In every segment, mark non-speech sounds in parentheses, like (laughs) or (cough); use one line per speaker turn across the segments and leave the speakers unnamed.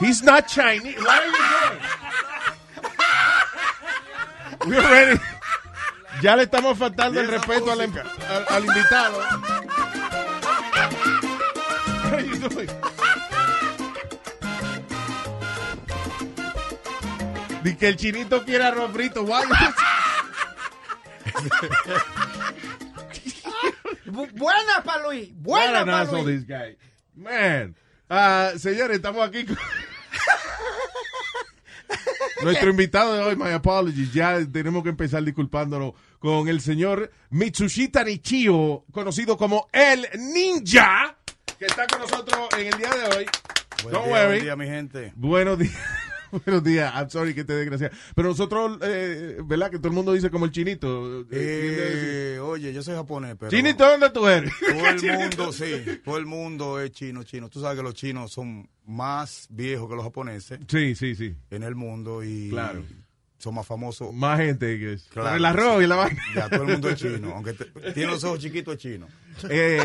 He's not Chinese. What are you doing? (laughs) We're ready. Ya le estamos faltando el respeto al, em- al- al invitado. What are you doing? Di que el chinito quiere arroz frito. Why?
Bu- buena para Luis. Buena
What an
para
asshole
Luis.
this guy. Man. Ah, señores, estamos aquí con... Nuestro invitado de hoy, my apologies, ya tenemos que empezar disculpándonos con el señor Mitsushita Nichio, conocido como El Ninja, que está con nosotros en el día de hoy.
Buen
Don't
día,
worry.
buen día, mi gente.
Buenos días. (laughs) Buenos días, I'm sorry que te desgracia. Pero nosotros, eh, ¿verdad? Que todo el mundo dice como el chinito.
Eh, oye, yo soy japonés, pero
Chinito, ¿dónde tú
(laughs)
eres?
todo el mundo, sí, todo el mundo es chino, chino. Tú sabes que los chinos son más viejos que los japoneses
Sí, sí, sí.
en el mundo y
Claro.
son más famosos.
Más gente que es.
Claro,
el arroz
sí.
y la
(laughs)
vaina.
Ya todo el mundo es chino, aunque te- tiene los ojos chiquitos es chino.
Eh,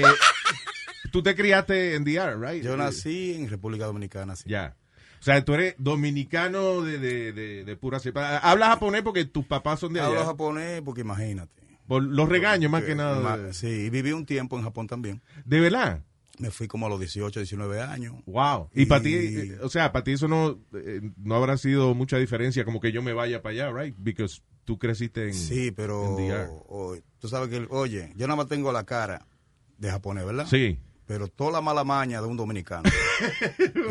tú te criaste en DR, right?
Yo nací en República Dominicana, sí.
Ya. O sea, tú eres dominicano de, de, de, de pura cepa. Hablas japonés porque tus papás son de
Hablo
allá.
japonés porque imagínate.
Por los regaños, más que
Eh,
nada.
ma- Sí, y viví un tiempo en Japón también.
De verdad.
Me fui como a los 18, 19 años.
Wow. Y, para ti,
Y-
eh, o sea, para ti eso no, eh, no habrá sido mucha diferencia como que yo me vaya para allá, right? Because tú creciste en.
Sí, pero
en DR.
o- tú sabes que, el- oye, yo nada más tengo la cara de japonés, ¿verdad?
Sí.
Pero toda la mala maña de
(laughs)
un dominicano.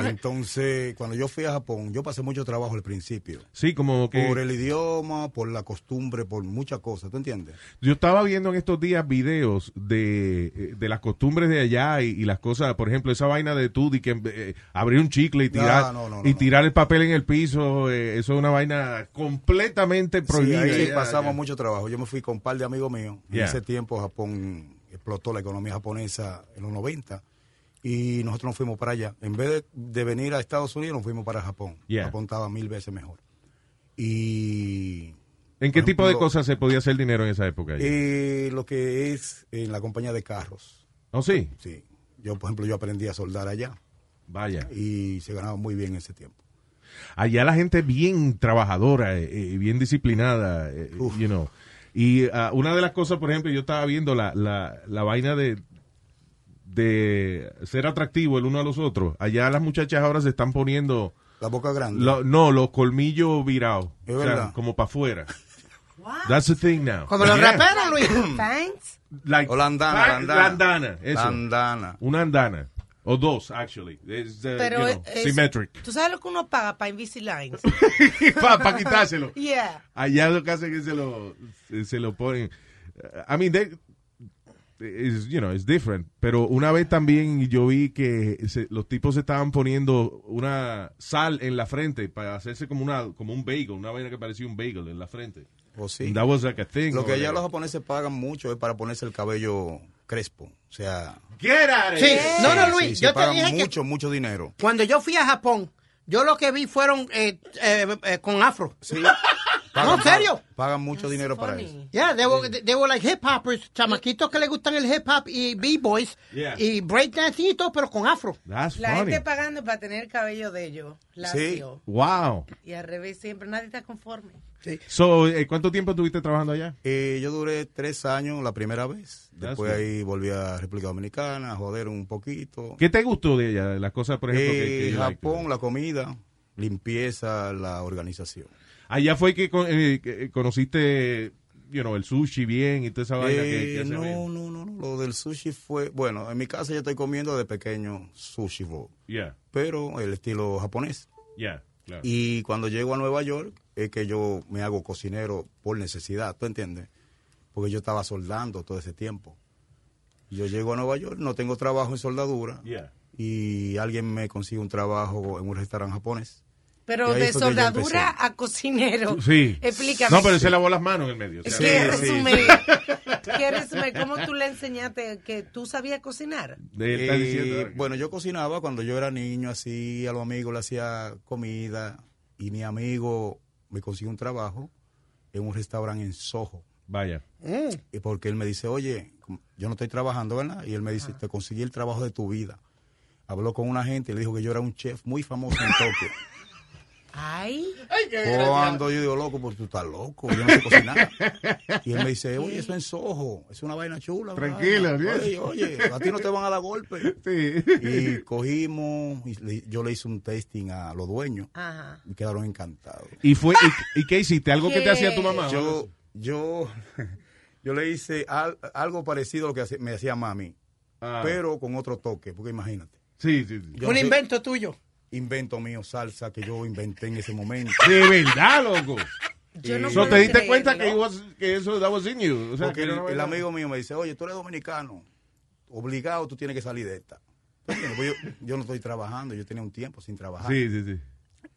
Entonces, cuando yo fui a Japón, yo pasé mucho trabajo al principio.
Sí, como que.
Por el idioma, por la costumbre, por muchas cosas, ¿tú entiendes?
Yo estaba viendo en estos días videos de, eh, de las costumbres de allá y, y las cosas, por ejemplo, esa vaina de tú, de que eh, abrir un chicle y tirar,
no, no, no,
y
no.
tirar el papel en el piso, eh, eso es una vaina completamente
Sí,
prohibida.
ahí
allá,
pasamos
allá.
mucho trabajo. Yo me fui con un par de amigos míos.
Yeah.
En ese tiempo Japón explotó la economía japonesa en los 90 y nosotros nos fuimos para allá. En vez de, de venir a Estados Unidos, nos fuimos para Japón.
Yeah.
Japón estaba mil veces mejor. Y
¿En qué
por
tipo de
ejemplo,
cosas se podía hacer dinero en esa época? allá?
eh, lo que es en la compañía de carros,
¿Oh, sí?
sí. Yo, por ejemplo, yo aprendí a soldar allá
Vaya.
y se ganaba muy bien en ese tiempo.
Allá la gente es bien trabajadora, eh, eh, bien disciplinada, eh,
Uf.
you know. Y ah, una de las cosas, por ejemplo, yo estaba viendo la, la, la vaina de, de ser atractivo el uno a los otros. Allá las muchachas ahora se están poniendo,
La boca grande.
lo- no, los colmillos virados,
Es
o sea,
verdad.
como para afuera.
What?
That's the thing now.
Como los
Yeah.
raperos, Luis.
Thanks.
Like-
O la andana, la andana.
La andana, eso.
La andana.
Una andana. O dos, actually. It's, uh,
Pero
you know,
es-
symmetric. (laughs)
¿Tú sabes lo que uno paga para Invisalign?
para quitárselo.
yeah.
Allá lo que hacen es se lo, se lo ponen. I mean, they, it's, you know, it's different. Pero una vez también yo vi que se- los tipos se estaban poniendo una sal en la frente para hacerse como una como un bagel, una vaina que parecía un bagel en la frente.
O sí.
And That was like a thing.
Lo
or
que allá
whatever.
los japoneses pagan mucho es para ponerse el cabello crespo. O sea,
Get out of
Sí.
here.
No, no,
sí,
Luis.
sí, se
yo te
pagan
dije que
mucho, mucho dinero.
cuando yo fui a Japón, yo lo que vi fueron eh, eh, eh, con afro.
Sí.
(laughs) No, ¿en serio?
Pagan, mucho dinero para
funny.
eso.
Yeah, they were, they were like hip hoppers, chamaquitos que le gustan el hip hop y b-boys
Yeah.
y breakdancing y todo, pero con afro.
That's
La
funny.
gente pagando para tener el cabello de ellos. Lacio.
Wow.
Y al revés siempre. Nadie está conforme.
So, eh, ¿cuánto tiempo estuviste trabajando allá?
Eh, yo duré tres años la primera vez.
That's
Después
good.
ahí volví a República Dominicana a joder un poquito.
¿Qué te gustó de allá? Las cosas, por ejemplo, que- que,
Eh,
you liked?
Japón, la comida, limpieza, la organización.
Allá fue que, con- eh, que conociste, you know, el sushi bien y toda esa vaina que,
Eh,
que hace
no,
bien.
no, no, no. Lo del sushi fue. Bueno, en mi casa yo estoy comiendo de pequeño sushi roll,
Yeah,
pero el estilo japonés.
yeah, claro.
Y cuando llego a Nueva York es que yo me hago cocinero por necesidad, ¿tú entiendes? Porque yo estaba soldando todo ese tiempo. Yo llego a Nueva York, no tengo trabajo en soldadura
Yeah.
y alguien me consigue un trabajo en un restaurante japonés.
Pero
Y ahí
de
fue que yo
soldadura
empecé.
a cocinero.
Sí.
Explícame.
No, pero se lavó las manos en el medio. o sea,
¿Qué
Sí, sí.
resumen?
(laughs)
¿Qué resumen? ¿Cómo tú le enseñaste que tú sabías cocinar?
él está
Eh,
diciendo-
bueno, yo cocinaba cuando yo era niño, así a los amigos le hacía comida y mi amigo me consiguió un trabajo en un restaurante en Soho.
Vaya.
Y porque él me dice, oye, com- yo no estoy trabajando, ¿verdad? Y él me dice, te conseguí el trabajo de tu vida. Habló con una gente y le dijo que yo era un chef muy famoso en
(laughs)
Tokio.
Ay,
Cuando yo digo, loco, pues tú estás loco, yo no sé cocinar. Y él me dice, oye, eso es sojo, es una vaina chula. una
Tranquila,
vaina. Oye,
bien.
oye, a ti no te van a dar golpe.
Sí.
Y cogimos, y le- yo le hice un testing a los dueños
ajá.
y quedaron encantados.
¿Y, fue, y, y qué hiciste? ¿Algo que te
¿Qué?
hacía tu mamá?
Yo, yo, (laughs) yo le hice al- algo parecido a lo que hace- me hacía mami,
Ah.
pero con otro toque, porque imagínate.
Sí, sí, sí.
Yo
Un
no sé-
invento tuyo.
invento mío, salsa que yo inventé en ese momento.
De verdad, loco.
Yo no
So,
puedo
¿Te diste
creerlo.
cuenta que, it was- que eso that was in you? O sea,
Porque
que
el,
no
el
era-
amigo mío me dice, oye, tú eres dominicano, obligado tú tienes que salir de esta. ¿Tú entiendes? Pues yo, yo no estoy trabajando, yo tenía un tiempo sin trabajar.
Sí, sí, sí.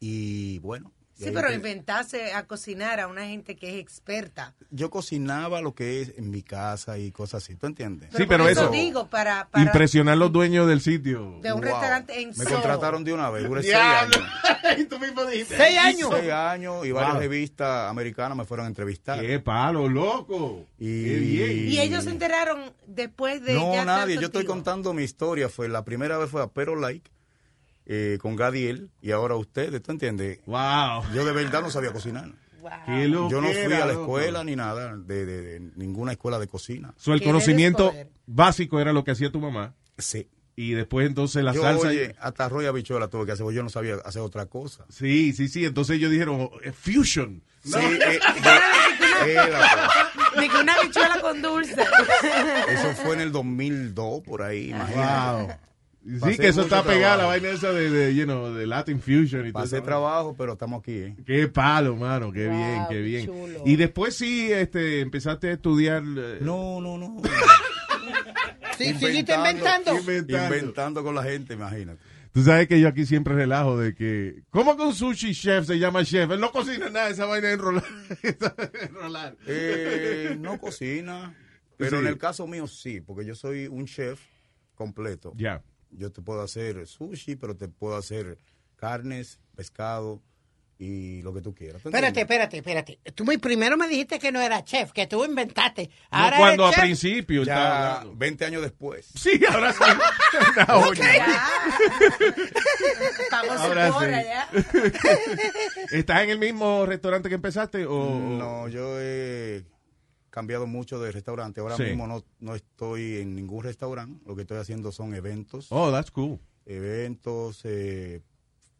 Y bueno. y
Sí,
ahí
pero
empe-
inventarse a cocinar a una gente que es experta.
Yo cocinaba lo que es en mi casa y cosas así, ¿tú entiendes?
Sí, pero
por
eso-
digo, para, para
Impresionar los dueños del sitio.
de
Wow.
un restaurante en
Me
Soho.
contrataron de una vez, duré seis
Diablo. (laughs)
años.
Y tú mismo dijiste.
Seis años.
Seis años y varias
Wow.
revistas americanas me fueron a entrevistar.
¡Qué palo, loco!
Y-
¡Qué bien!
Y ellos se enteraron después de.
No,
ya estar
nadie. Yo estoy
contigo.
contando mi historia. Fue la primera vez fue a Pero Like eh, con Gadiel y ahora ustedes, ¿tú entiendes?
¡Wow!
Yo de verdad no sabía cocinar.
Wow.
¡Qué loco!
Yo no fui a la escuela ni nada, de, de- de ninguna escuela de cocina.
So, el
Querer es
conocimiento
poder.
básico era lo que hacía tu mamá.
Sí.
Y después entonces la
yo,
salsa.
oye, hasta arroyo bichuela tuve que hacer, porque yo no sabía hacer otra cosa.
Sí, sí, sí. Entonces ellos dijeron, eh, fusion.
Sí, eh, yo- eh, la cosa.
De que una bichuela con (laughs) dulce.
pues, eso fue en el 2002, por ahí, imagínate.
¡Wow! Sí,
Pasé
que eso
mucho
está pegada a la
trabajo.
vaina esa de, de, you know, de Latin Fusion y todo
Pasé trabajo, pero estamos aquí, ¿eh?
Qué palo, mano, qué
Wow,
bien, qué
qué
bien.
chulo.
Y después sí, este, empezaste a estudiar. eh,
No, no, no.
Sí, sí, sí, está
Inventando.
inventando.
inventando.
Inventando con la gente, imagínate.
Tú sabes que yo aquí siempre relajo de que, ¿cómo que un sushi chef se llama chef? Él no cocina nada, esa vaina es enrolar. (laughs) esa vaina es enrolar.
Eh, no cocina, pero
Sí.
en el caso mío sí, porque yo soy un chef completo.
Ya.
Yo te puedo hacer sushi, pero te puedo hacer carnes, pescado y lo que tú quieras. ¿Te
Espérate,
entiendes?
espérate, espérate. Tú me, primero me dijiste que no era chef, que tú inventaste.
No,
Ahora
cuando a
eres chef.
principio. estaba
Ya
hablando.
20 años después.
Sí, ahora sí. (laughs) Una olla.
Pagó su
Ahora
hora
sí.
ya.
¿Estás en el mismo restaurante que empezaste? O...
No, yo he cambiado mucho de restaurante. Ahora
Sí.
mismo no, no estoy en ningún restaurante. Lo que estoy haciendo son eventos.
Oh, that's cool.
Eventos, eh,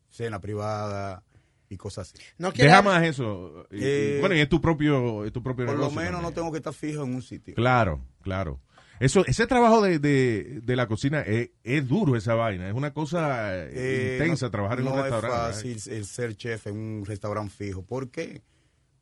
cena privada y cosas así.
No quiero-
Deja más eso. Y- y-
Eh,
bueno, y es tu propio, es tu propio
Por lo
negocio
menos no
también.
tengo que estar fijo en un sitio.
Claro, claro. Eso, ese trabajo de, de, de la cocina es, es duro esa vaina. Es una cosa eh,
Eh,
intensa
no-
trabajar en
no
un restaurante. ¿verdad?
es fácil el ser chef en un restaurante fijo. ¿Por qué?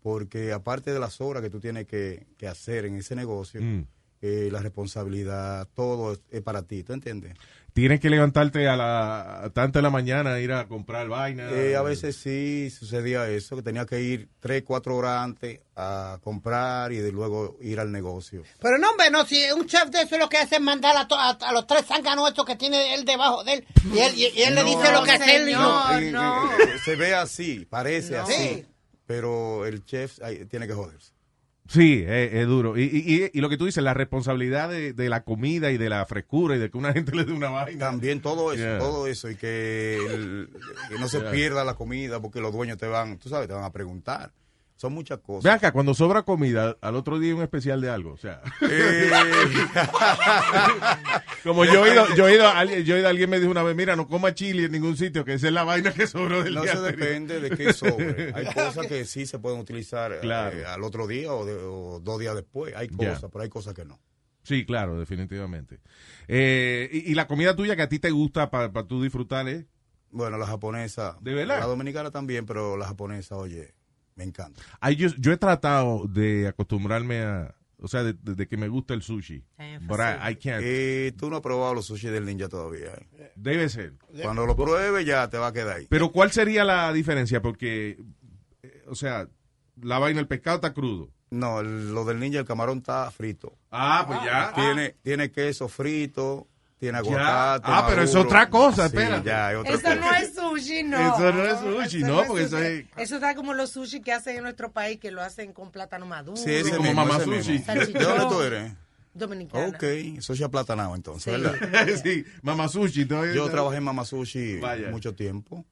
Porque aparte de las horas que tú tienes que, que hacer en ese negocio,
Mm.
eh, la responsabilidad, todo es, es para ti, ¿tú entiendes?
Tienes que levantarte a la a tanto de la mañana, ir a comprar vaina.
Eh, a veces sí sucedía eso, que tenía que ir tres, cuatro horas antes a comprar y de luego ir al negocio.
Pero no, hombre, no, si un chef de eso lo que hace es mandar a, to- a- a los tres zánganos esos que tiene él debajo de él. Y él, y- y él le
No,
dice lo que hacer. y
señor.
no.
No, no.
Se ve así, parece
No.
así,
Sí.
pero el chef ay, tiene que joderse.
Sí, es, es duro. Y, y, y- y lo que tú dices, la responsabilidad de, de la comida y de la frescura y de que una (laughs) gente le dé una vaina.
También todo eso,
Yeah.
todo eso y que, el- que no se pierda la comida porque los dueños te van, tú sabes, te van a preguntar. Son muchas
Ve
cosas.
acá, cuando sobra comida, al otro día hay un especial de algo. O sea,
Eh,
(laughs) como yo he ido, yo he ido, a alguien, yo he ido a alguien me dijo una vez, mira, no coma chili en ningún sitio, que esa es la vaina que sobró del
no
día
se
anterior".
depende de qué
(laughs)
sobre. Hay cosas que sí se pueden utilizar eh,
Claro.
al otro día o, de- o dos días después. Hay
Yeah.
cosas, pero hay cosas que no.
Sí, claro, definitivamente. Eh, y, y la comida tuya que a ti te gusta para tú disfrutar eh, es...
Bueno, la japonesa.
¿De verdad?
La dominicana también, pero la japonesa, oye, me encanta.
Ay, yo, yo he tratado de acostumbrarme a O sea, de- desde que me gusta el sushi.
Eh,
But I, I can't.
Eh, tú no has probado los sushi del ninja todavía. eh.
Debe ser.
Cuando lo pruebes ya te va a quedar ahí.
Pero ¿cuál sería la diferencia? Porque, eh, o sea, la vaina, el pescado está crudo.
No, el- lo del ninja, el camarón está frito.
Ah, pues ya.
Tiene, tiene queso frito, tiene
Ya.
aguacate.
Ah, pero es otra cosa,
Sí,
espérate.
ya, es otra
Eso
cosa.
no es sushi, no.
Eso no es sushi, no, porque eso es-
Eso está como los sushi que hacen en nuestro país, que lo hacen con plátano maduro.
Sí, ese
como
mismo,
mamá
ese
sushi.
mismo.
Salchichón.
¿De dónde tú eres?
Dominicana.
Ok, soy aplatanado entonces,
Sí.
¿verdad?
(laughs) sí, mamá sushi. todavía-
ah. Yo trabajé en Mama Sushi
Vaya.
mucho tiempo.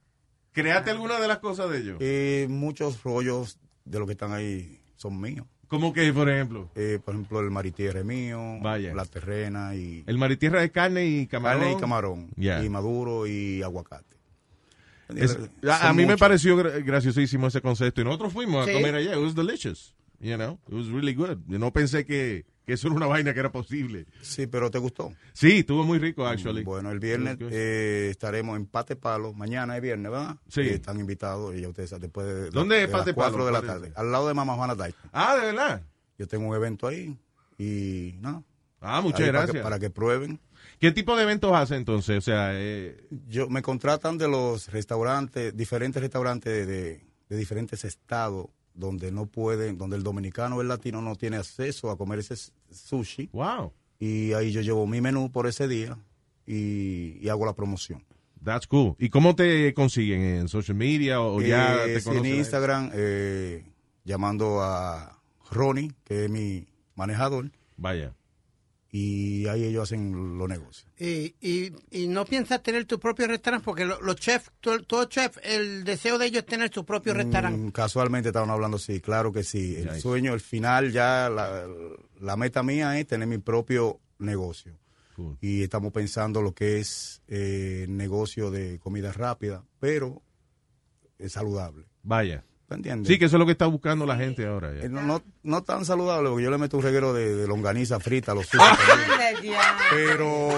Créate alguna de las cosas de ellos.
Y muchos rollos de los que están ahí son míos.
Como que, por ejemplo,
Eh, por ejemplo, el maritierre es mío,
Vaya.
la terrena y
el maritierra de carne y camarón.
carne y camarón,
Ya.
y maduro y aguacate.
Es-
Son
a, a mí me
muchos.
pareció gra- graciosísimo ese concepto y nosotros fuimos a
Sí.
comer allá. It was delicious, you know. It was really good. Yo No pensé que, que eso era una vaina que era posible.
Sí, pero ¿te gustó?
Sí, estuvo muy rico, actually.
Bueno, el viernes
It was good.
eh, estaremos en Pate Palo. Mañana es viernes, ¿verdad?
Sí.
Y están invitados y ya ustedes saben, después de,
¿Dónde
de
es Pate
las 4
Palo?
de la
¿Cuál es?
tarde. Al lado de Mamá Juana Dyson.
ah, de verdad.
Yo tengo un evento ahí y no.
Ah, muchas
ahí para que-
gracias.
para que prueben.
¿Qué tipo de eventos hace entonces? O sea, eh,
Yo, me contratan de los restaurantes, diferentes restaurantes de, de- de diferentes estados donde no pueden, donde el dominicano o el latino no tiene acceso a comer ese s- sushi.
wow,
Y ahí yo llevo mi menú por ese día y, y hago la promoción.
that's cool. ¿Y cómo te consiguen en social media o o ya
Eh,
te
sí,
conocen?
en Instagram, eh, llamando a Ronnie, que es mi manejador,
Vaya.
y ahí ellos hacen los negocios.
Y, y, y no piensas tener tu propio restaurante porque lo- los chefs, to- todo chef, el deseo de ellos es tener su propio restaurante.
Mm, Casualmente estaban hablando, sí, claro que sí. El
Nice.
sueño, el final, ya la, la meta mía es tener mi propio negocio.
Cool.
Y estamos pensando lo que es eh, negocio de comida rápida, pero es saludable.
Vaya.
¿Te entiendes?
Sí, que eso es lo que está buscando la gente ahora. ya.
Eh, no, no, no tan saludable, porque yo le meto un reguero de, de longaniza frita a
(laughs)
los sushi,
Anda ya.
(laughs) Pero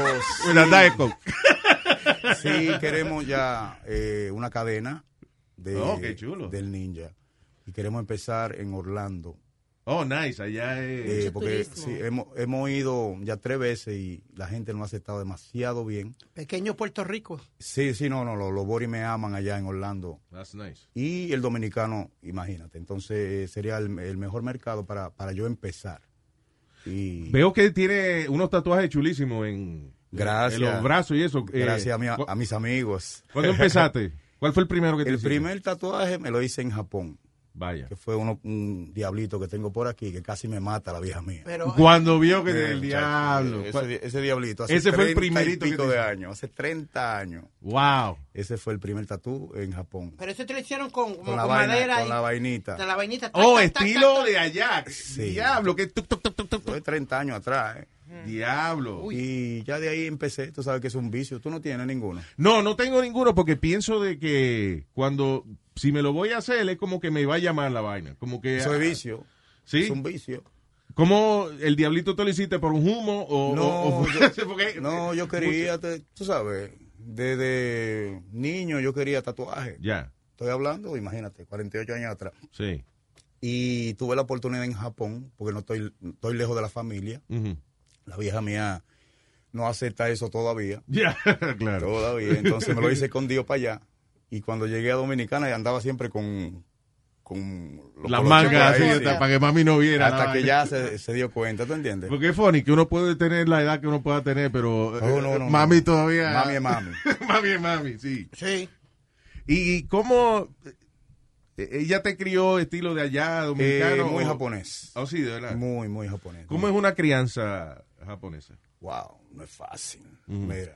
Mira, Diet Coke.
(laughs) sí queremos ya eh, una cadena de,
Oh, qué chulo.
del ninja. Y queremos empezar en Orlando.
Oh, nice. Allá es...
Eh, porque
turismo.
sí, hemos, hemos ido ya tres veces y la gente no ha aceptado demasiado bien.
Pequeño Puerto Rico.
Sí, sí, no, no, los, los boris me aman allá en Orlando.
That's nice.
Y el dominicano, imagínate. Entonces eh, sería el, el mejor mercado para, para yo empezar. Y
Veo que tiene unos tatuajes chulísimos en,
Gracias.
en los brazos y eso. Eh,
gracias a, mi-
cu-
a mis amigos.
¿Cuándo empezaste?
(laughs)
¿Cuál fue el primero que te
El
hiciste?
primer tatuaje me lo hice en Japón,
Vaya.
que fue uno- un diablito que tengo por aquí que casi me mata la vieja mía.
Pero
Cuando vio que
Eh,
el
muchacho,
diablo.
Ese, di- ese diablito. Hace
Ese fue el
30 y
primerito que
pico
te
de
hizo.
años, hace 30 años.
Wow.
Ese fue el primer tatú en Japón.
Pero eso te lo hicieron con, como
Con la,
con
vaina-
madera
con
y
la
de
vainita.
la vainita. tac,
Oh,
tac, tac,
estilo
tac,
de Ajax.
Sí.
Diablo, que tuc, tuc, tuc, tuc, tuc,
Fue 30 años atrás. ¿eh?
Diablo.
Y ya de ahí empecé. Tú sabes que es un vicio. Tú no tienes ninguno.
No, no tengo ninguno porque pienso de que cuando si me lo voy a hacer es como que me va a llamar la vaina, como que ah,
Eso es vicio.
Eh, ¿Sí?
Es un vicio.
¿Cómo el diablito te lo hiciste por un humo o
No,
o- o- (laughs)
yo-
porque-
No, yo quería, te- tú sabes, desde niño yo quería tatuaje.
Ya,
Estoy hablando, imagínate, 48 años atrás.
sí.
Y tuve la oportunidad en Japón, porque no estoy, estoy lejos de la familia.
Ujú.
La vieja mía no acepta eso todavía.
Ya, (laughs) claro.
Todavía. Entonces me lo hice escondido para allá. Y cuando llegué a Dominicana andaba siempre con, con los
Las
colochos por
mangas
ahí,
así
sí.
hasta para que mami no viera. la
Hasta que
vaina.
ya se, se dio cuenta, ¿tú entiendes?
Porque es funny que uno puede tener la edad que uno pueda tener, pero eh,
No, no, no,
mami
no.
todavía.
Mami es mami.
(laughs)
Eh,
mami es mami, sí.
Sí.
¿Y, y cómo eh, ella te crió estilo de allá,
Eh,
dominicano?
muy
o-
japonés.
Oh, sí, de verdad.
Muy, muy japonés.
¿Cómo es una crianza japonesa?
Wow, no es fácil. Mira.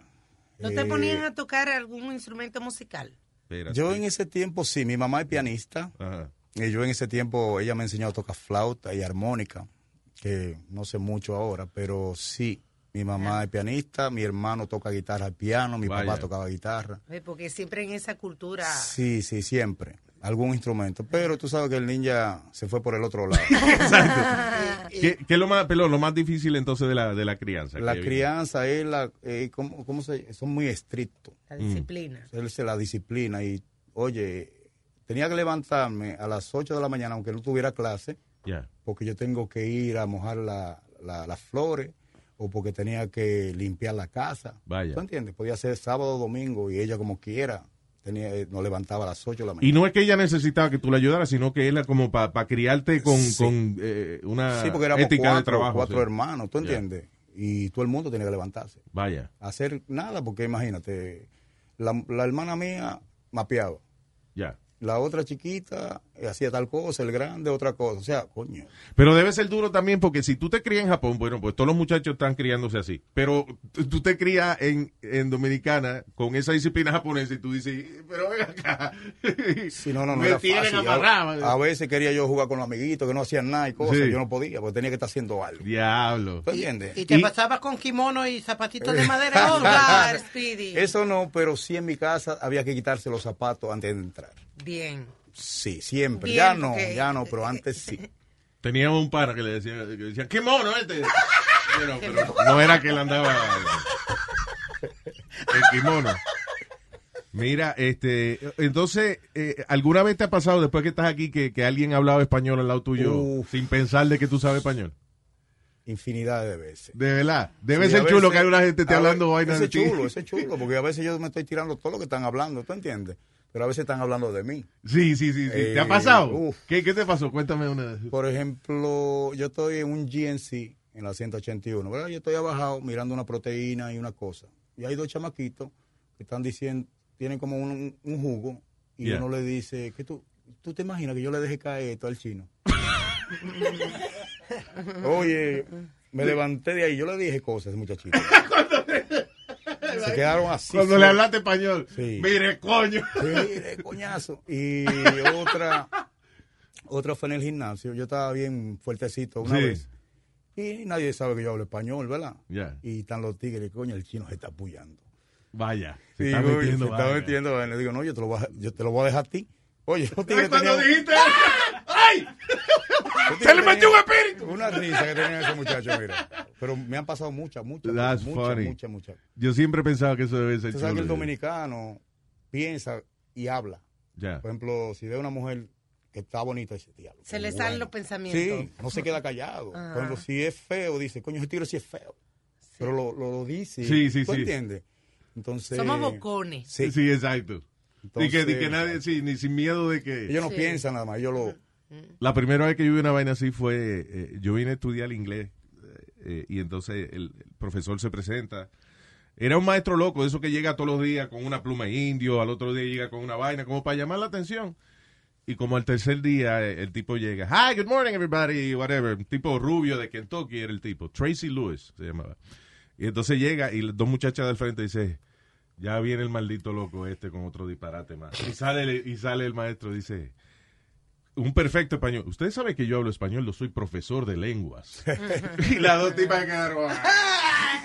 ¿No te
eh,
ponían a tocar algún instrumento musical?
Espérate.
Yo en ese tiempo, sí, mi mamá es pianista.
Ajá.
Y yo en ese tiempo, ella me enseñó a tocar flauta y armónica, que no sé mucho ahora, pero sí. Mi mamá es pianista, mi hermano toca guitarra, piano, mi
Vaya.
papá tocaba guitarra.
Ay, Eh, Porque siempre en esa cultura...
Sí, sí, siempre. Algún instrumento. Pero tú sabes que el ninja se fue por el otro lado.
¿Qué, qué es lo más, perdón, lo más difícil entonces de la, de la crianza?
la
Que-
crianza es la... eh, ¿cómo, cómo se...? Son muy estrictos.
La (laughs) disciplina.
él se la disciplina y, oye, tenía que levantarme a las 8 de la mañana, aunque no tuviera clase,
Yeah.
porque yo tengo que ir a mojar la- la- las flores o porque tenía que limpiar la casa.
Vaya.
¿Tú entiendes? Podía ser sábado o domingo y ella como quiera tenía, eh, nos levantaba a las 8 de la mañana.
Y no es que ella necesitaba que tú la ayudaras, sino que era como para criarte con, con, eh, una
sí, porque éramos
ética
cuatro,
de trabajo.
cuatro
sí.
hermanos, ¿tú
Ya.
entiendes? Y todo el mundo tenía que levantarse.
Vaya.
Hacer nada, porque imagínate, la, la hermana mía mapeaba.
Ya.
La otra chiquita eh, hacía tal cosa, el grande otra cosa. O sea, coño.
Pero debe ser duro también porque si tú te crías en Japón, bueno, pues todos los muchachos están criándose así. Pero tú- tú te crías en, en Dominicana con esa disciplina japonesa y tú dices, pero ven acá.
Si no, no, no
Me
era
tienen
fácil. Ah,
amarrado.
A, a veces quería yo jugar con los amiguitos que no hacían nada y cosas.
Sí.
Yo no podía, porque tenía que estar haciendo algo.
Diablo.
¿Tú entiendes?
Y te
Y-
pasabas con kimono y zapatitos de madera.
(laughs)
Oh,
y todo.
God, Speedy.
Eso no, pero sí en mi casa había que quitarse los zapatos antes de entrar.
Bien.
Sí, siempre.
Bien,
ya no,
porque-
ya no, pero antes sí.
Teníamos un pana que le decía, que decía qué mono este. Bueno, pero no era que él andaba el kimono. Mira, este, entonces, eh, ¿alguna vez te ha pasado después que estás aquí que, que alguien ha hablado español al lado tuyo
Uf.
sin pensar de que tú sabes español?
Infinidad de veces.
De verdad, debe
Sí,
ser
a
chulo
veces-
que hay una gente te
a
hablando
ver,
vainas
Ese
de
es
ti.
chulo, ese es chulo, porque a veces yo me estoy tirando todo lo que están hablando, ¿tú entiendes? Pero a veces están hablando de mí.
(laughs) Sí, sí, sí, sí. ¿Te ha
Eh,
pasado?
uf.
¿Qué, ¿Qué te pasó? Cuéntame una de
Por ejemplo, yo estoy en un GNC en la 181, ¿verdad? Yo estoy abajado mirando una proteína y una cosa. Y hay dos chamaquitos que están diciendo, tienen como un, un jugo, y
Yeah.
uno le dice, que tú, ¿tú te imaginas que yo le deje caer esto al
(laughs)
chino? Oye, me levanté de ahí, yo le dije
(laughs)
cosas, muchachito. Se quedaron así.
Cuando
solos.
le hablaste español,
Sí.
mire, coño.
Mire, coñazo. Y otra, otra fue en el gimnasio. Yo estaba bien fuertecito una
Sí.
vez. Y nadie sabe que yo hablo español, ¿verdad?
Ya.
Y están los tigres, coño, el chino se está apoyando.
Vaya, se
Se
está metiendo.
se está
vaina.
metiendo. vaina. Le digo, no, yo te lo voy a, yo te lo voy a dejar a ti. Oye, los
Ay,
tigres
cuando
tenían-
dijiste, ¡Ah! ¡ay!
los tigres
¡Se le metió un
tenían
espíritu!
Una risa que tenían esos muchachos, mira. Pero me han pasado muchas, muchas,
That's
muchas, muchas,
funny.
muchas, muchas.
Yo siempre pensaba que eso debe ser
Tú sabes que el
chulo.
dominicano piensa y habla.
Ya.
Por ejemplo, si ve una mujer que está bonita, dice, diablo.
Se le
muy
salen
buena".
los pensamientos.
Sí, no se queda
(laughs)
callado.
Ajá.
Cuando si es feo, dice, coño, ese tigre sí es feo. Pero lo, lo, lo dice.
Sí, sí,
¿Tú
sí.
entiendes? Entonces.
Somos bocones.
Sí,
Sí.
exacto. y
Entonces,
que, y que nadie, sí, ni sin miedo de que...
Ellos no
Sí.
piensan nada más. Ellos lo.
Mm,
La primera vez que yo vi una vaina así fue, eh, yo vine a estudiar inglés eh, y entonces el, el profesor se presenta. Era un maestro loco, de eso que llega todos los días con una pluma indio, al otro día llega con una vaina, como para llamar la atención. Y como al tercer día eh, el tipo llega, hi, good morning everybody, whatever. Un tipo rubio de Kentucky era el tipo, Tracy Lewis se llamaba. Y entonces llega y las dos muchachas del frente dice, ya viene el maldito loco este con otro disparate más. Y sale, el- y sale el maestro, dice, un perfecto español. Usted sabe que yo hablo español, yo soy profesor de lenguas. y las dos tipas (laughs) quedaron. "Ah".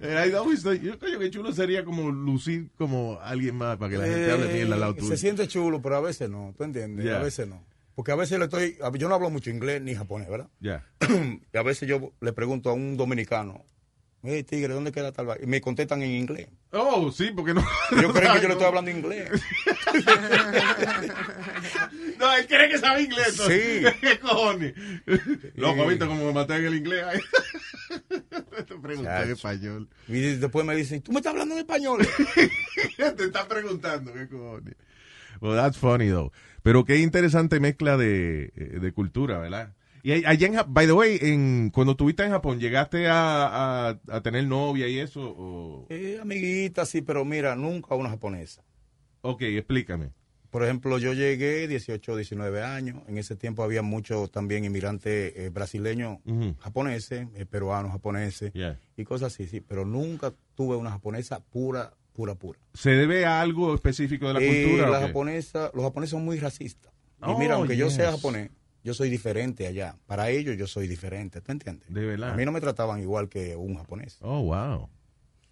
And I always thought, pues, yo coño, qué chulo sería como lucir como alguien más para que la gente hable bien al lado
Eh,
tuyo.
Se siente chulo, pero a veces no. ¿Tú entiendes?
Ya.
A veces no. Porque a veces le estoy. a- Yo no hablo mucho inglés ni japonés, ¿verdad? (clears throat)
Ya.
y a veces yo le pregunto a un dominicano, hey, tigre, ¿dónde queda tal vaina? Y me contestan en inglés.
Oh, sí, porque no.
Yo
no
creo que
(laughs) sabe
yo le
cómo-
estoy hablando inglés.
No, él cree que sabe inglés.
Sí.
entonces. (laughs) ¿Qué cojones? Loco,
Sí.
¿viste cómo me maté en el inglés? Ay. (laughs) Te pregunté en
Chacho.
español. (laughs)
Y después me dicen, ¿tú me estás hablando en español?
Te están preguntando, qué cojones. Well, that's funny, though. Pero qué interesante mezcla de, eh, de cultura, ¿verdad? Y ahí- allá en Japón, by the way, en, cuando estuviste en Japón, ¿llegaste a, a- a tener novia y eso? O,
Eh, amiguita, sí, pero mira, nunca una japonesa.
ok, explícame.
Por ejemplo, yo llegué 18, 19 años. En ese tiempo había muchos también inmigrantes eh, brasileños,
Ujú.
japoneses, eh, peruanos, japoneses
Yeah.
y cosas así, sí. Pero nunca tuve una japonesa pura, pura, pura.
¿Se debe a algo específico de la
Eh,
cultura? o
la
qué?
japonesa, los japoneses son muy racistas. Y
Oh,
mira, aunque yo sea
yes.
japonés, yo soy diferente allá. Para ellos yo soy diferente, ¿tú entiendes?
De verdad.
A mí no me trataban igual que un japonés.
Oh, wow.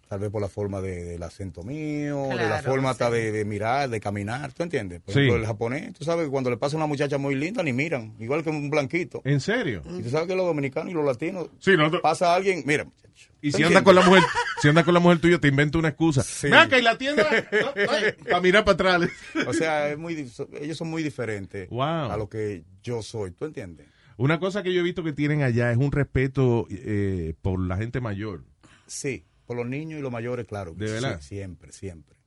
Tal vez por la forma de- del acento mío, de la
Claro,
forma hasta
sí.
de, de mirar, de caminar, ¿tú entiendes? Por
Sí.
ejemplo, el japonés, tú sabes que cuando le pasa a una muchacha muy linda ni miran, igual que un blanquito.
¿En serio?
Y tú sabes que los dominicanos y los latinos,
Sí, nosotros-
pasa a alguien, mira, muchacho.
Y
¿tú
si anda con
entiendes?
la mujer, si anda con la mujer tuya, te inventa una excusa.
Sí.
Ven acá y la
(laughs)
tienda no, no, para mirar para atrás.
O sea, es muy, dif- so- ellos son muy diferentes
Wow.
a lo que yo soy, ¿tú entiendes?
Una cosa que yo he visto que tienen allá es un respeto eh, por la gente mayor.
Sí, por los niños y los mayores, claro.
¿De
Sí,
verdad?
siempre, siempre.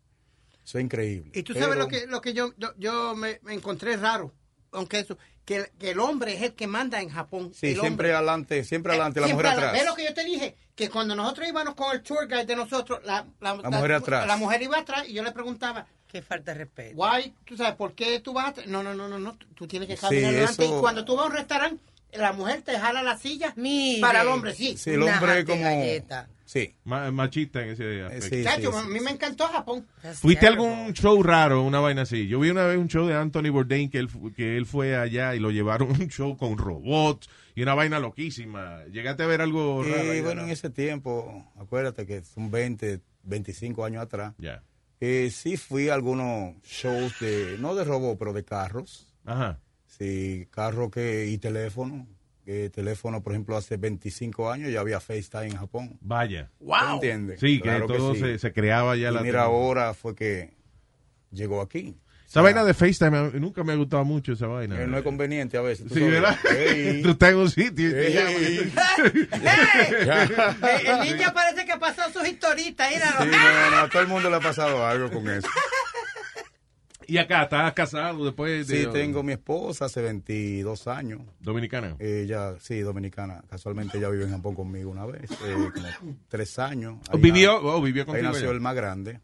Eso es increíble.
Y tú sabes
Pero-
lo que, lo que yo, yo, yo me, me encontré raro, aunque eso, que, que el hombre es el que manda en Japón.
Sí,
el
siempre
hombre. Eh,
adelante, siempre adelante, la
Siempre
mujer
ala-
atrás.
¿Ves lo que yo te dije? Que cuando nosotros íbamos con el tour guide de nosotros, la, la,
La mujer atrás.
la mujer iba atrás y yo le preguntaba,
Qué falta de respeto.
guay, tú sabes, ¿por qué tú vas atrás? No, no, no, no, no, tú- tú tienes que
Sí,
caminar adelante.
eso-
Y cuando tú vas a un restaurante, la mujer te jala la silla
Mire.
para el hombre, sí.
Sí, el
Una
hombre
jate
como...
galleta.
Sí.
Ma- machista en ese
eh,
aspecto.
sí,
Chacho,
sí,
a
sí,
mí me encantó Japón.
That's
¿Fuiste a
terrible.
algún show raro, una vaina así? Yo vi una vez un show de Anthony Bourdain que él, fu- que él fue allá y lo llevaron a un show con robots y una vaina loquísima. ¿Llegaste a ver algo
sí.
raro?
Y
allá,
Eh, bueno,
no?
en ese tiempo, acuérdate que son 20, 25 años atrás,
Ya.
eh, sí fui a algunos shows de, no de robot, pero de carros.
Ajá.
Sí, carro que, y teléfono. Eh, teléfono, por ejemplo, hace 25 años ya había FaceTime en Japón.
Vaya.
¿Tú entiendes?
Sí,
Claro
que todo
sí.
Se, se creaba ya.
Y
la
mira, ahora fue que llegó aquí.
Esa vaina de FaceTime a mí nunca me ha gustado mucho esa vaina.
Eh, no es conveniente a veces.
(laughs)
tú
Sí,
sabes.
¿verdad? (laughs)
Ey,
Tú estás en un sitio. y te llaman.
ey. (laughs)
(laughs)
El, el niño parece que pasó sus historitas,
Sí,
míralo.
no, no, a todo el mundo le ha pasado algo con eso.
Y acá, estás casado después de...
Sí, tengo mi esposa hace 22 años.
Dominicana.
Ella, sí, dominicana. Casualmente ella vivió en Japón conmigo una vez, eh, como tres años. Ahí
¿Vivió?
na-
Oh, vivió
Ahí
contigo.
nació
allá.
el más grande.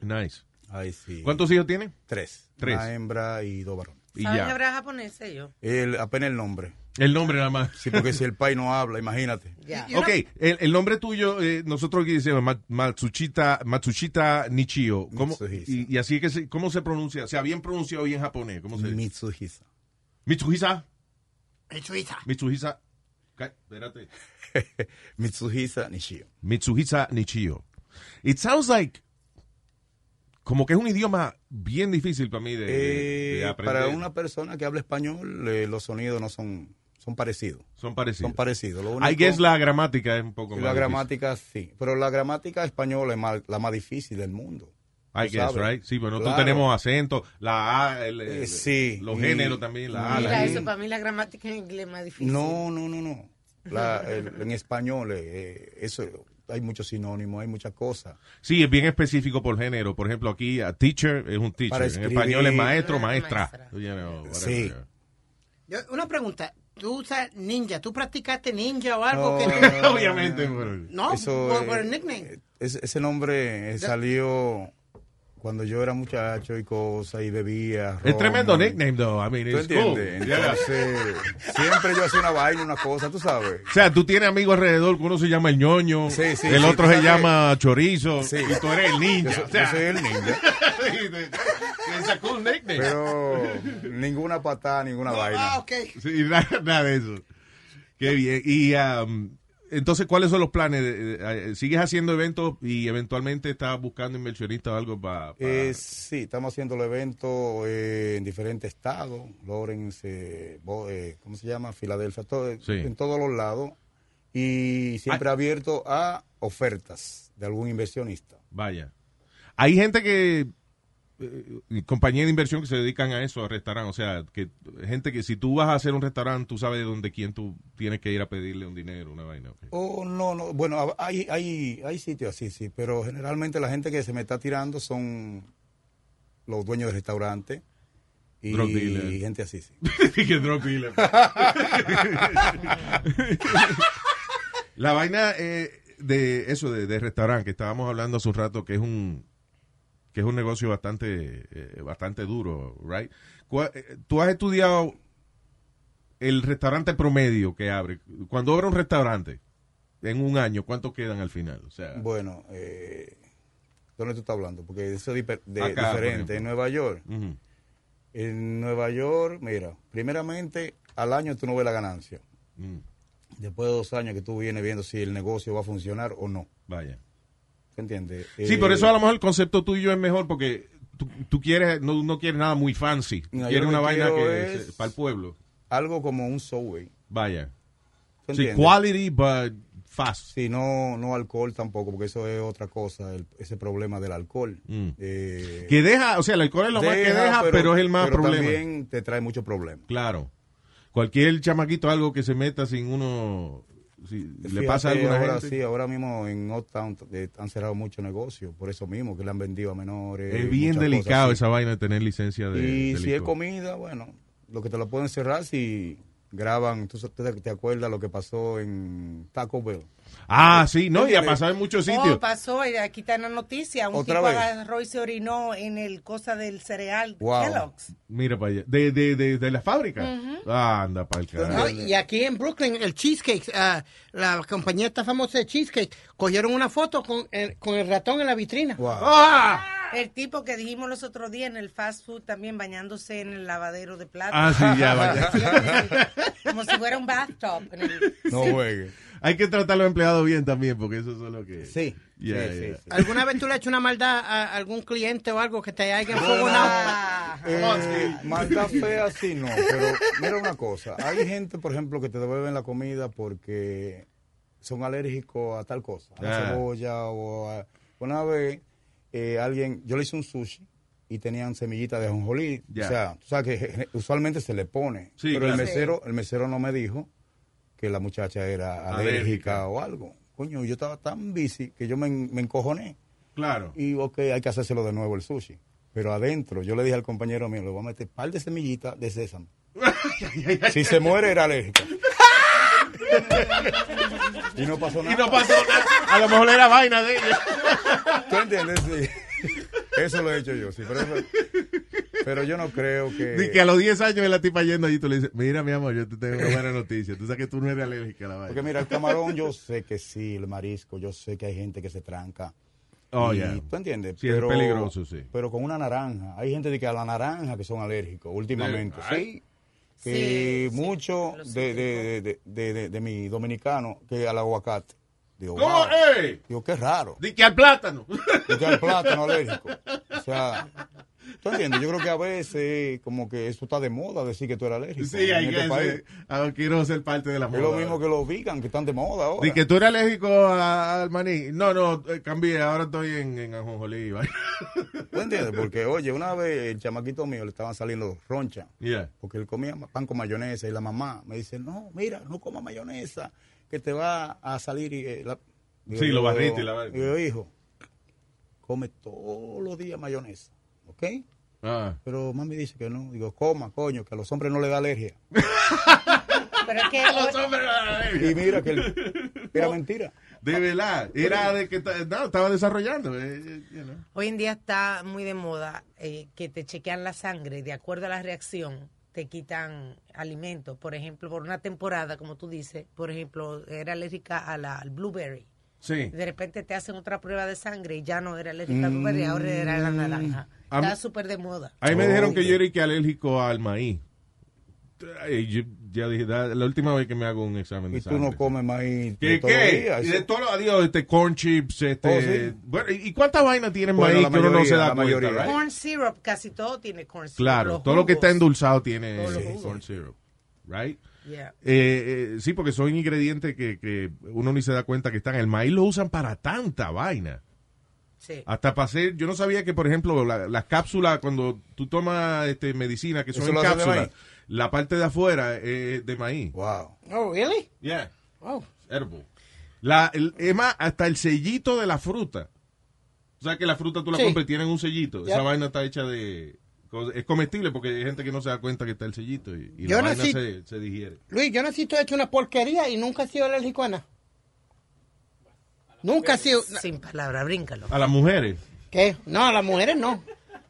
Nice.
Ahí sí.
¿Cuántos hijos tiene?
Tres.
Tres.
Una hembra y dos varones.
Y
¿Saben
ya.
hablar japonés yo?
El, apenas el nombre.
El nombre nada más.
Sí, porque si el país no habla, imagínate.
Ya.
Ok, el, el nombre tuyo, eh, nosotros aquí decimos Ma- Matsuchita, Matsuchita Nichio. ¿Cómo,
Mitsuhisa.
y, y así es que, se, ¿cómo se pronuncia? O sea, bien pronunciado y en japonés. ¿Cómo se dice?
Mitsuhisa.
Mitsuhisa.
El suiza.
Mitsuhisa. Ca- Espérate.
Mitsuhisa Nishio.
Mitsuhisa Nichio. It sounds like. Como que es un idioma bien difícil para mí de, de- de
Eh,
aprender.
para una persona que habla español, eh, los sonidos no son, son parecidos.
Son parecidos.
Son parecidos. Lo
I
único-
guess la gramática es un poco
Y
más.
la
difícil.
gramática sí, pero la gramática española es más- la más difícil del mundo.
I
tú
guess,
sabes.
right? Sí, pero nosotros
Claro.
tenemos acento, la A, el, el-
Eh, sí.
los
Y-
géneros también, la A, la
Mira,
I.
eso para mí la gramática en inglés es más difícil.
No, no, no, no. La- el- en español eh, eso hay muchos sinónimos, hay muchas cosas.
Sí, es bien específico por género. Por ejemplo, aquí a teacher es un teacher.
Para
en
escribir-
español es maestro,
Ah,
maestra.
maestra.
You know, whatever.
Sí.
Yo- una pregunta. Tú usas ninja. ¿Tú practicaste ninja o algo? que
No.
(laughs) Obviamente. pero-
No,
Eso,
por,
eh,
por el nickname.
eh, ese- ese nombre eh, salió cuando yo era muchacho y cosas y bebía.
Es
ron,
tremendo
y-
nickname, though. I mean,
¿Tú
it's cool.
entiendes?
Yeah.
Entonces, siempre yo hacía una vaina, una cosa, tú sabes.
O sea, tú tienes amigos alrededor, que uno se llama el ñoño,
Sí, sí,
el
sí,
otro
tú
se
sabes-
llama chorizo,
Sí.
y tú eres el ninja.
Yo, soy-
o
yo
sea,
soy
(laughs)
el ninja.
it's a cool nickname.
Pero ninguna patada, ninguna
Ah,
vaina.
ok.
Sí, (laughs) nada, nada de eso. Qué bien. Y um, entonces, ¿cuáles son los planes? Eh, eh, ¿Sigues haciendo eventos y eventualmente estás buscando inversionistas o algo para...?
Eh, sí, estamos haciendo el evento eh, en diferentes estados, Lawrence, eh, Bo- eh, ¿cómo se llama? Filadelfia, todo-
Sí. Ah.
en todos los lados. Y siempre abierto a ofertas de algún inversionista.
Vaya. Hay gente que... eh, compañías de inversión que se dedican a eso, a restaurantes. O sea, que gente que si tú vas a hacer un restaurante, tú sabes de dónde quién tú tienes que ir a pedirle un dinero, una vaina. ok.
Oh, no, no, bueno, hay, hay, hay sitios así, sí, pero generalmente la gente que se me está tirando son los dueños de restaurantes y,
Drug dealer.
gente
(laughs)
así, sí.
que drug dealer. (laughs) La vaina eh, de eso, de, de restaurante, que estábamos hablando hace un rato, que es un que es un negocio bastante eh, bastante duro, right? Cua- eh, Tú has estudiado el restaurante promedio que abre. Cuando abre un restaurante, en un año, ¿cuántos quedan al final? O sea,
Bueno, eh, ¿dónde tú estás hablando? Porque eso es difer- de-
Acá, por ejemplo.
diferente. En Nueva York,
ujú.
en Nueva York, mira, primeramente al año tú no ves la ganancia.
Mm,
Después de dos años que tú vienes viendo si el negocio va a funcionar o no.
vaya.
¿Te entiendes?
Sí,
Eh,
por eso a lo mejor el concepto tuyo es mejor porque tú, tú quieres, no, no quieres nada muy fancy.
No, yo
quieres
lo
una
que
vaina
quiero
que
es-
para el pueblo.
Algo como un subway.
Vaya.
¿Tú
Sí,
entiendes?
quality but fast.
Sí, no, no alcohol tampoco, porque eso es otra cosa, el- ese problema del alcohol.
Mm.
Eh,
Que deja, o sea, el alcohol es lo más que deja, pero, es el más
pero
problema.
también te trae muchos problemas.
Claro. Cualquier chamaquito, algo que se meta sin uno. Si le
Fíjate,
pasa algo a alguna
ahora
gente.
Sí, eh, ahora mismo en Uptown eh, han cerrado muchos negocios, por eso mismo, que le han vendido a menores.
es bien
muchas
delicado
cosas
esa vaina de tener licencia
así.
de.
Y
de
si es
licor.
comida, bueno, lo que te lo pueden cerrar si graban, tú te, te acuerdas lo que pasó en Taco Bell.
Ah, sí, no, y ha
¿Entiendes?
pasado en muchos
Oh,
sitios.
pasó, eh, aquí está en la noticia. Un
¿Otra
tipo
vez?
agarró y se orinó en el cosa del cereal
Wow.
Kellogg's.
Mira para allá. De, de, de, de la fábrica. Ah, anda para el
No,
carajo.
y aquí en Brooklyn, el Cheesecake, ah, la compañía esta famosa de Cheesecake, cogieron una foto con el, con el ratón en la vitrina.
Wow.
¡Ah!
El tipo que dijimos los otros días en el fast food también bañándose en el lavadero de plata.
Ah, sí, ya,
(laughs)
vaya.
Como si fuera un bathtub. en el-
No juegue.
Hay que tratar a los empleados bien también, porque eso es lo que.
Sí,
Ya,
sí,
ya.
sí, sí.
¿Alguna vez tú le has hecho una maldad a algún cliente o algo que te
(laughs)
haya enfogonado?
Ah.
Eh, maldad fea sí no, pero mira una cosa, hay gente por ejemplo que te devuelven la comida porque son alérgicos a tal cosa, a la
Ah.
cebolla o a... Una vez eh, alguien, yo le hice un sushi y tenían semillitas de ajonjolí,
Ya.
o sea, tú sabes que eh, usualmente se le pone,
Sí,
pero el
claro.
mesero, el mesero no me dijo que la muchacha era alérgica,
Alérgica.
o algo. Coño, yo estaba tan bici que yo me, en- me encojoné.
Claro.
(laughs) Y ok, hay que hacérselo de nuevo el sushi. Pero adentro, yo le dije al compañero mío, le voy a meter un par de semillitas de sésamo. si se muere, era alérgico. y no pasó nada.
Y no pasó nada. A lo mejor era vaina de ellos.
¿Tú entiendes? Sí. Eso lo he hecho yo, sí. Pero, eso- pero yo no creo
Ni que a
que...
los 10 años la tipa yendo allí, tú le dices, mira, mi amor, yo te tengo una buena noticia. Tú sabes que tú no eres alérgica a la
Porque
vaina.
mira, el camarón yo sé que sí, el marisco, yo sé que hay gente que se tranca.
Oh,
Y,
ya.
¿Tú entiendes?
Sí, es peligroso, sí.
Pero con una naranja. Hay gente de que a la naranja que son alérgicos últimamente.
Ay.
Sí. Que
Sí, sí,
mucho
lo
de, de, de, de, de- de mi dominicano que al aguacate. Digo,
¿Cómo?
wow.
¡Ey!
Digo, qué raro.
Di que al
(laughs)
plátano.
Y que al plátano alérgico. O sea, ¿tú entiendes? Yo creo que a veces como que eso está de moda decir que tú eres alérgico.
Sí,
en
hay
este
que
país.
ser. ah, Quiero ser parte de la
Es
moda.
lo mismo que los vegan que están de moda ahora.
Di que tú eres alérgico a- al maní. No, no, eh, cambié. Ahora estoy en, en ajonjolí. (laughs) vaina.
¿Tú entiendes? Porque, oye, una vez el chamaquito mío le estaban saliendo ronchas.
Ya.
porque él comía ma- pan con mayonesa y la mamá me dice, no, mira, no coma mayonesa, que te va a salir... Y, eh, la...
Sí,
yo,
lo barrita y la barrita.
Yo, hijo, come todos los días mayonesa, ¿ok?
Ah.
Pero mami dice que no. Digo, coma, coño, que a los hombres no le da alergia.
Pero es
(laughs)
que
Los hombres eran alérgicos.
Y mira
(laughs)
que el- era mentira.
De verdad. Era de que. ta- No, estaba desarrollando. eh, eh, you know.
hoy en día está muy de moda eh, que te chequean la sangre y de acuerdo a la reacción te quitan alimentos. Por ejemplo, por una temporada, como tú dices, por ejemplo, era alérgica a la, al blueberry.
Sí.
De repente te hacen otra prueba de sangre y ya no era alérgica al blueberry, ahora era la naranja.
Mm, A mí-
Está súper de moda.
A mí me
Oh,
dijeron que
ok.
yo era y que alérgico al maíz. Ay, yo ya dije, da- la última vez que me hago un examen de
Y tú no
sangre.
comes maíz
¿Qué,
de todos los
qué?
días.
Y de todos los adiós, este corn chips, este...
Oh, sí.
bueno, ¿y cuántas vainas tienen
Bueno,
maíz
la
que uno no se
mayoría,
da
la
cuenta,
mayoría.
right?
Corn syrup, casi todo tiene corn syrup.
Claro,
los
todo lo que
jugos.
está endulzado tiene
Todos los
eh,
jugos.
corn syrup, right?
Yeah.
Eh, eh, sí, porque son ingredientes que, que uno ni se da cuenta que están. El maíz lo usan para tanta vaina.
Sí.
Hasta para hacer, yo no sabía que, por ejemplo, la- las cápsulas, cuando tú tomas este, medicina, que son
¿Eso
en
lo hacen de
cápsulas,
maíz?
la parte de afuera es de maíz.
Wow.
Oh, really?
Yeah,
Wow.
edible. La, el- es más, hasta el sellito de la fruta. O sea, que la fruta tú la
Sí.
compras y tienen un sellito. Esa
Yep.
vaina está hecha de... cos- Es comestible porque hay gente que no se da cuenta que está el sellito y, y la
Yo
vaina
nací-
se, se digiere.
Luis, yo nací todo hecho una porquería y nunca he sido alérgico a nada. Nunca he sido...
Sin palabra, bríncalo.
A las mujeres.
¿Qué? No, a las mujeres no.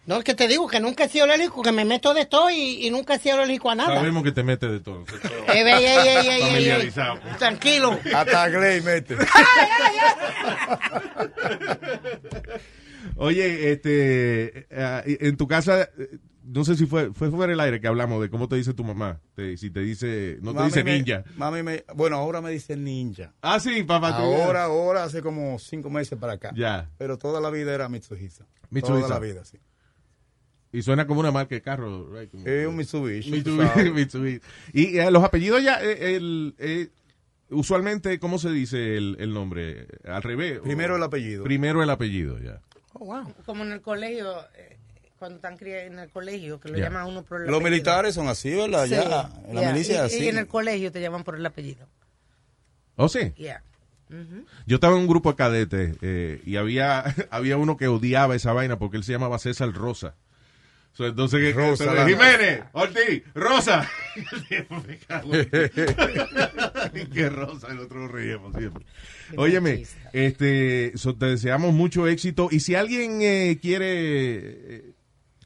No, es que te digo que nunca he sido alérgico, que me meto de todo y, y nunca he sido alérgico a nada.
Sabemos que te metes de todo.
Ey, ey, ey, ey, ey, ey, ey.
Familiarizado.
Tranquilo.
Hasta Gley mete.
ah, Oye, este, eh, en tu casa, eh, no sé si fue, fue fuera del aire que hablamos de cómo te dice tu mamá. Te- si te dice, (laughs) no te
Mami
dice
me-
ninja.
Mami me, bueno, ahora me dice ninja.
Ah, sí, papá. tú-
Ahora, ahora, hace como cinco meses para acá.
Ya.
Pero toda la vida era Mitsuhisa.
Mitsuhisa.
Toda la vida, sí.
Y suena como una marca de carro, right? Como-
Es Eh, un Mitsubishi. tú
Mitsubishi,
sabes.
(laughs) Mitsubishi. Y eh, los apellidos ya, eh, el, eh, usualmente, ¿cómo se dice el, el nombre? Al revés. o-
Primero el apellido.
Primero el apellido, ya.
Oh, wow.
Como en el colegio, eh, cuando están cri- en el colegio, que lo
Ya.
llaman a uno por el
Los
apellido.
militares son así, ¿verdad?
Sí,
Ya, en la
yeah.
milicia
Y-
es así.
Y en el colegio te llaman por el apellido.
¿Oh, sí?
Yeah. Ujú.
Yo estaba en un grupo de cadetes eh, y había, (laughs) había uno que odiaba esa vaina porque él se llamaba César Rosa. So, entonces, ¿qué- qué-
Rosa,
entonces,
la-
Jiménez, Ortiz, Rosa. (laughs) Me cago en- Y que Rosa, el otro nos reíamos siempre.
Qué
Óyeme,
machista.
este, so, te deseamos mucho éxito y si alguien eh, quiere eh,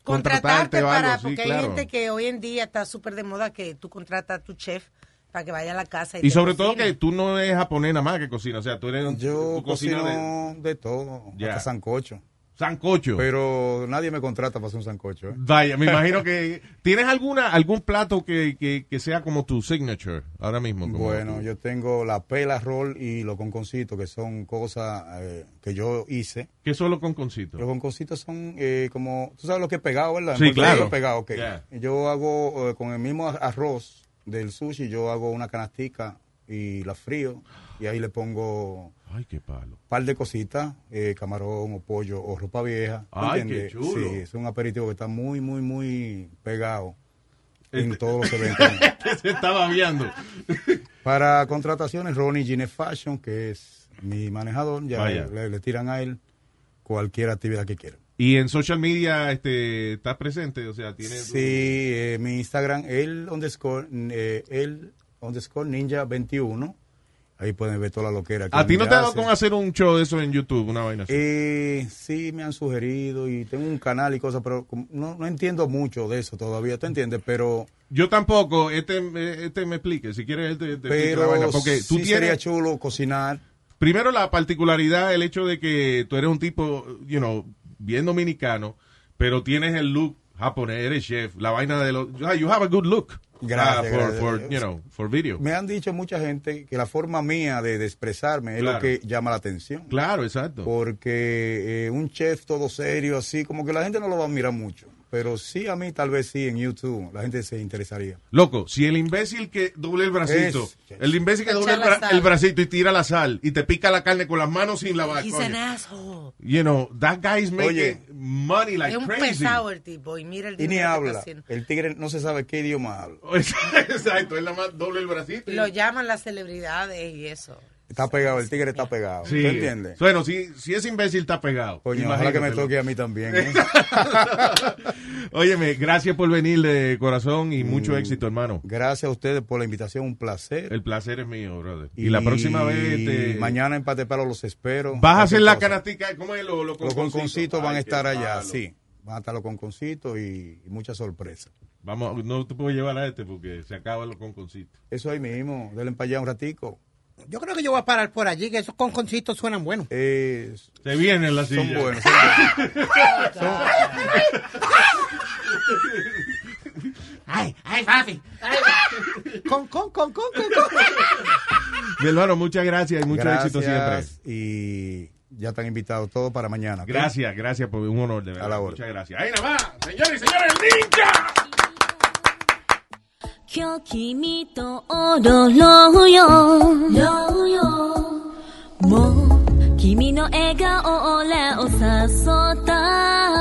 contratarte
Contratarte
o
para,
algo, sí,
porque hay
claro.
gente que hoy en día está súper de moda que tú contratas a tu chef para que vaya a la casa. Y,
Y
te
sobre todo
cocine.
que tú no eres japonés nada más que cocina, o sea, tú eres un
Yo
tú cocinas
cocino
de
de... todo,
Ya.
hasta sancocho.
sancocho.
Pero nadie me contrata para hacer un sancocho. ¿eh?
Vaya, me imagino que. ¿Tienes alguna algún plato que, que, que sea como tu signature ahora mismo? Como
Bueno,
tu-
yo tengo la pela roll y los conconcitos, que son cosas eh, que yo hice.
¿Qué solo con concito?
Los conconcitos son eh, como, tú sabes lo que es pegado, ¿verdad?
Sí,
En Puerto
claro.
Rico es pegado, ok.
Yeah.
Yo hago eh, con el mismo ar- arroz del sushi, yo hago una canastica y la frío y ahí le pongo
Ay, qué palo. (laughs)
par de cositas, eh, camarón o pollo o ropa vieja. ¿me
Ay, qué
entiendes?
chulo.
Sí, es un aperitivo que está muy, muy, muy pegado en
Este-
todos los
(laughs)
eventos.
Se estaba viendo.
Para contrataciones, Ronnie Gine Fashion, que es mi manejador, ya
Vaya.
le, le tiran a él cualquier actividad que quiera.
Y en social media este estás presente, o sea, tienes.
Sí, eh, mi Instagram, el underscore, eh, el underscore ninja 21. Ahí pueden ver toda la loquera. que
¿A ti
ninja
no te ha dado
hace.
con hacer un show de eso en YouTube, una vaina así?
Eh, sí, me han sugerido y tengo un canal y cosas, pero como no, no entiendo mucho de eso todavía, ¿tú entiendes? Pero,
Yo tampoco, este, eh, este me explique, si quieres él te, te explica la
pero
vaina, porque tú
sí sería
tienes,
chulo cocinar.
primero la particularidad, el hecho de que tú eres un tipo, you know, bien dominicano, pero tienes el look japonés, eres chef, la vaina de los, ah, you have a good look,
Gracias,
Ah, for,
gracias.
for, you know, for video.
Me han dicho mucha gente que la forma mía de, de expresarme es
Claro.
lo que llama la atención.
Claro, exacto.
Porque eh, un chef todo serio, así, como que la gente no lo va a mirar mucho. Pero sí, a mí tal vez sí, en YouTube, la gente se interesaría.
Loco, si el imbécil que doble el bracito,
Es-
el imbécil que
Echa
doble el,
la
bra-
sal.
el bracito y tira la sal y te pica la carne con las manos sin lavar,
He's an
coño.
asshole.
You know, that guy is making
Oye.
money like
es un
crazy.
pesado eh. el tipo. Y mira el
Y ni
dinero que está
habla.
haciendo.
El tigre no se sabe qué idioma habla.
(laughs) Exacto, él nada más doble el bracito. y-
Lo llaman las celebridades y eso.
Está pegado, el tigre está pegado.
Sí.
¿Tú entiendes?
Bueno, si, si ese imbécil está pegado.
Coño, ojalá que me
imagínatelo.
toque a mí
(laughs)
también. ¿eh?
Óyeme, gracias por venir de corazón
Mm.
y mucho éxito, hermano.
Gracias a ustedes por la invitación, un placer.
El placer es mío, brother. Y, la próxima vez te...
Mañana en Pateparo los espero.
vas a hacer la
Cualquier cosa.
canastica, ¿cómo es? Los, los
Los
conconcitos?
conconcitos van
Ay,
a estar
qué
allá,
palo.
sí. Van a estar los conconcitos y, y muchas sorpresas.
Vamos, no te puedo llevar a este porque se acaban los conconcitos.
Eso ahí mismo, denle para allá un ratico.
Yo creo que yo voy a parar por allí, que esos conconcitos suenan buenos.
Eh,
Se vienen las
son
sillas.
buenos. son buenos.
Ay, ay, papi. Con, con, con, con, con, con.
(laughs) Mi hermano, muchas gracias y mucho éxito siempre.
Gracias Y ya están invitados todos para mañana. ¿ok?
Gracias, gracias por un honor de verdad.
A la orden.
Muchas gracias. Ahí nada más, señores y señores, ninja.
今日君と踊ろうよもう君の笑顔俺を誘った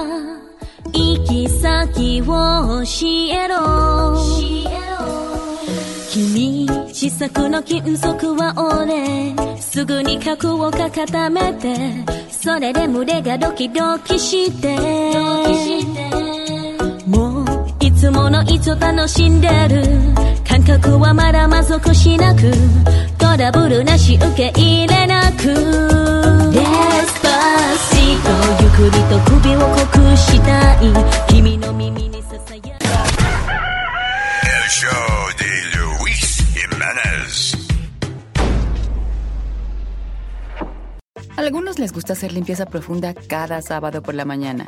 行き先を教えろ君試作の金属は俺すぐに核を固めてそれで群れがドキドキしてもういつものいつを楽しんでる感覚はまだ満足しなくトラブルなし受け入れなく Despacito ゆっくりと首を濃くしたい君の耳にささやく
El show de Luis Jiménez.
Algunos les gusta hacer limpieza profunda cada sábado por la mañana.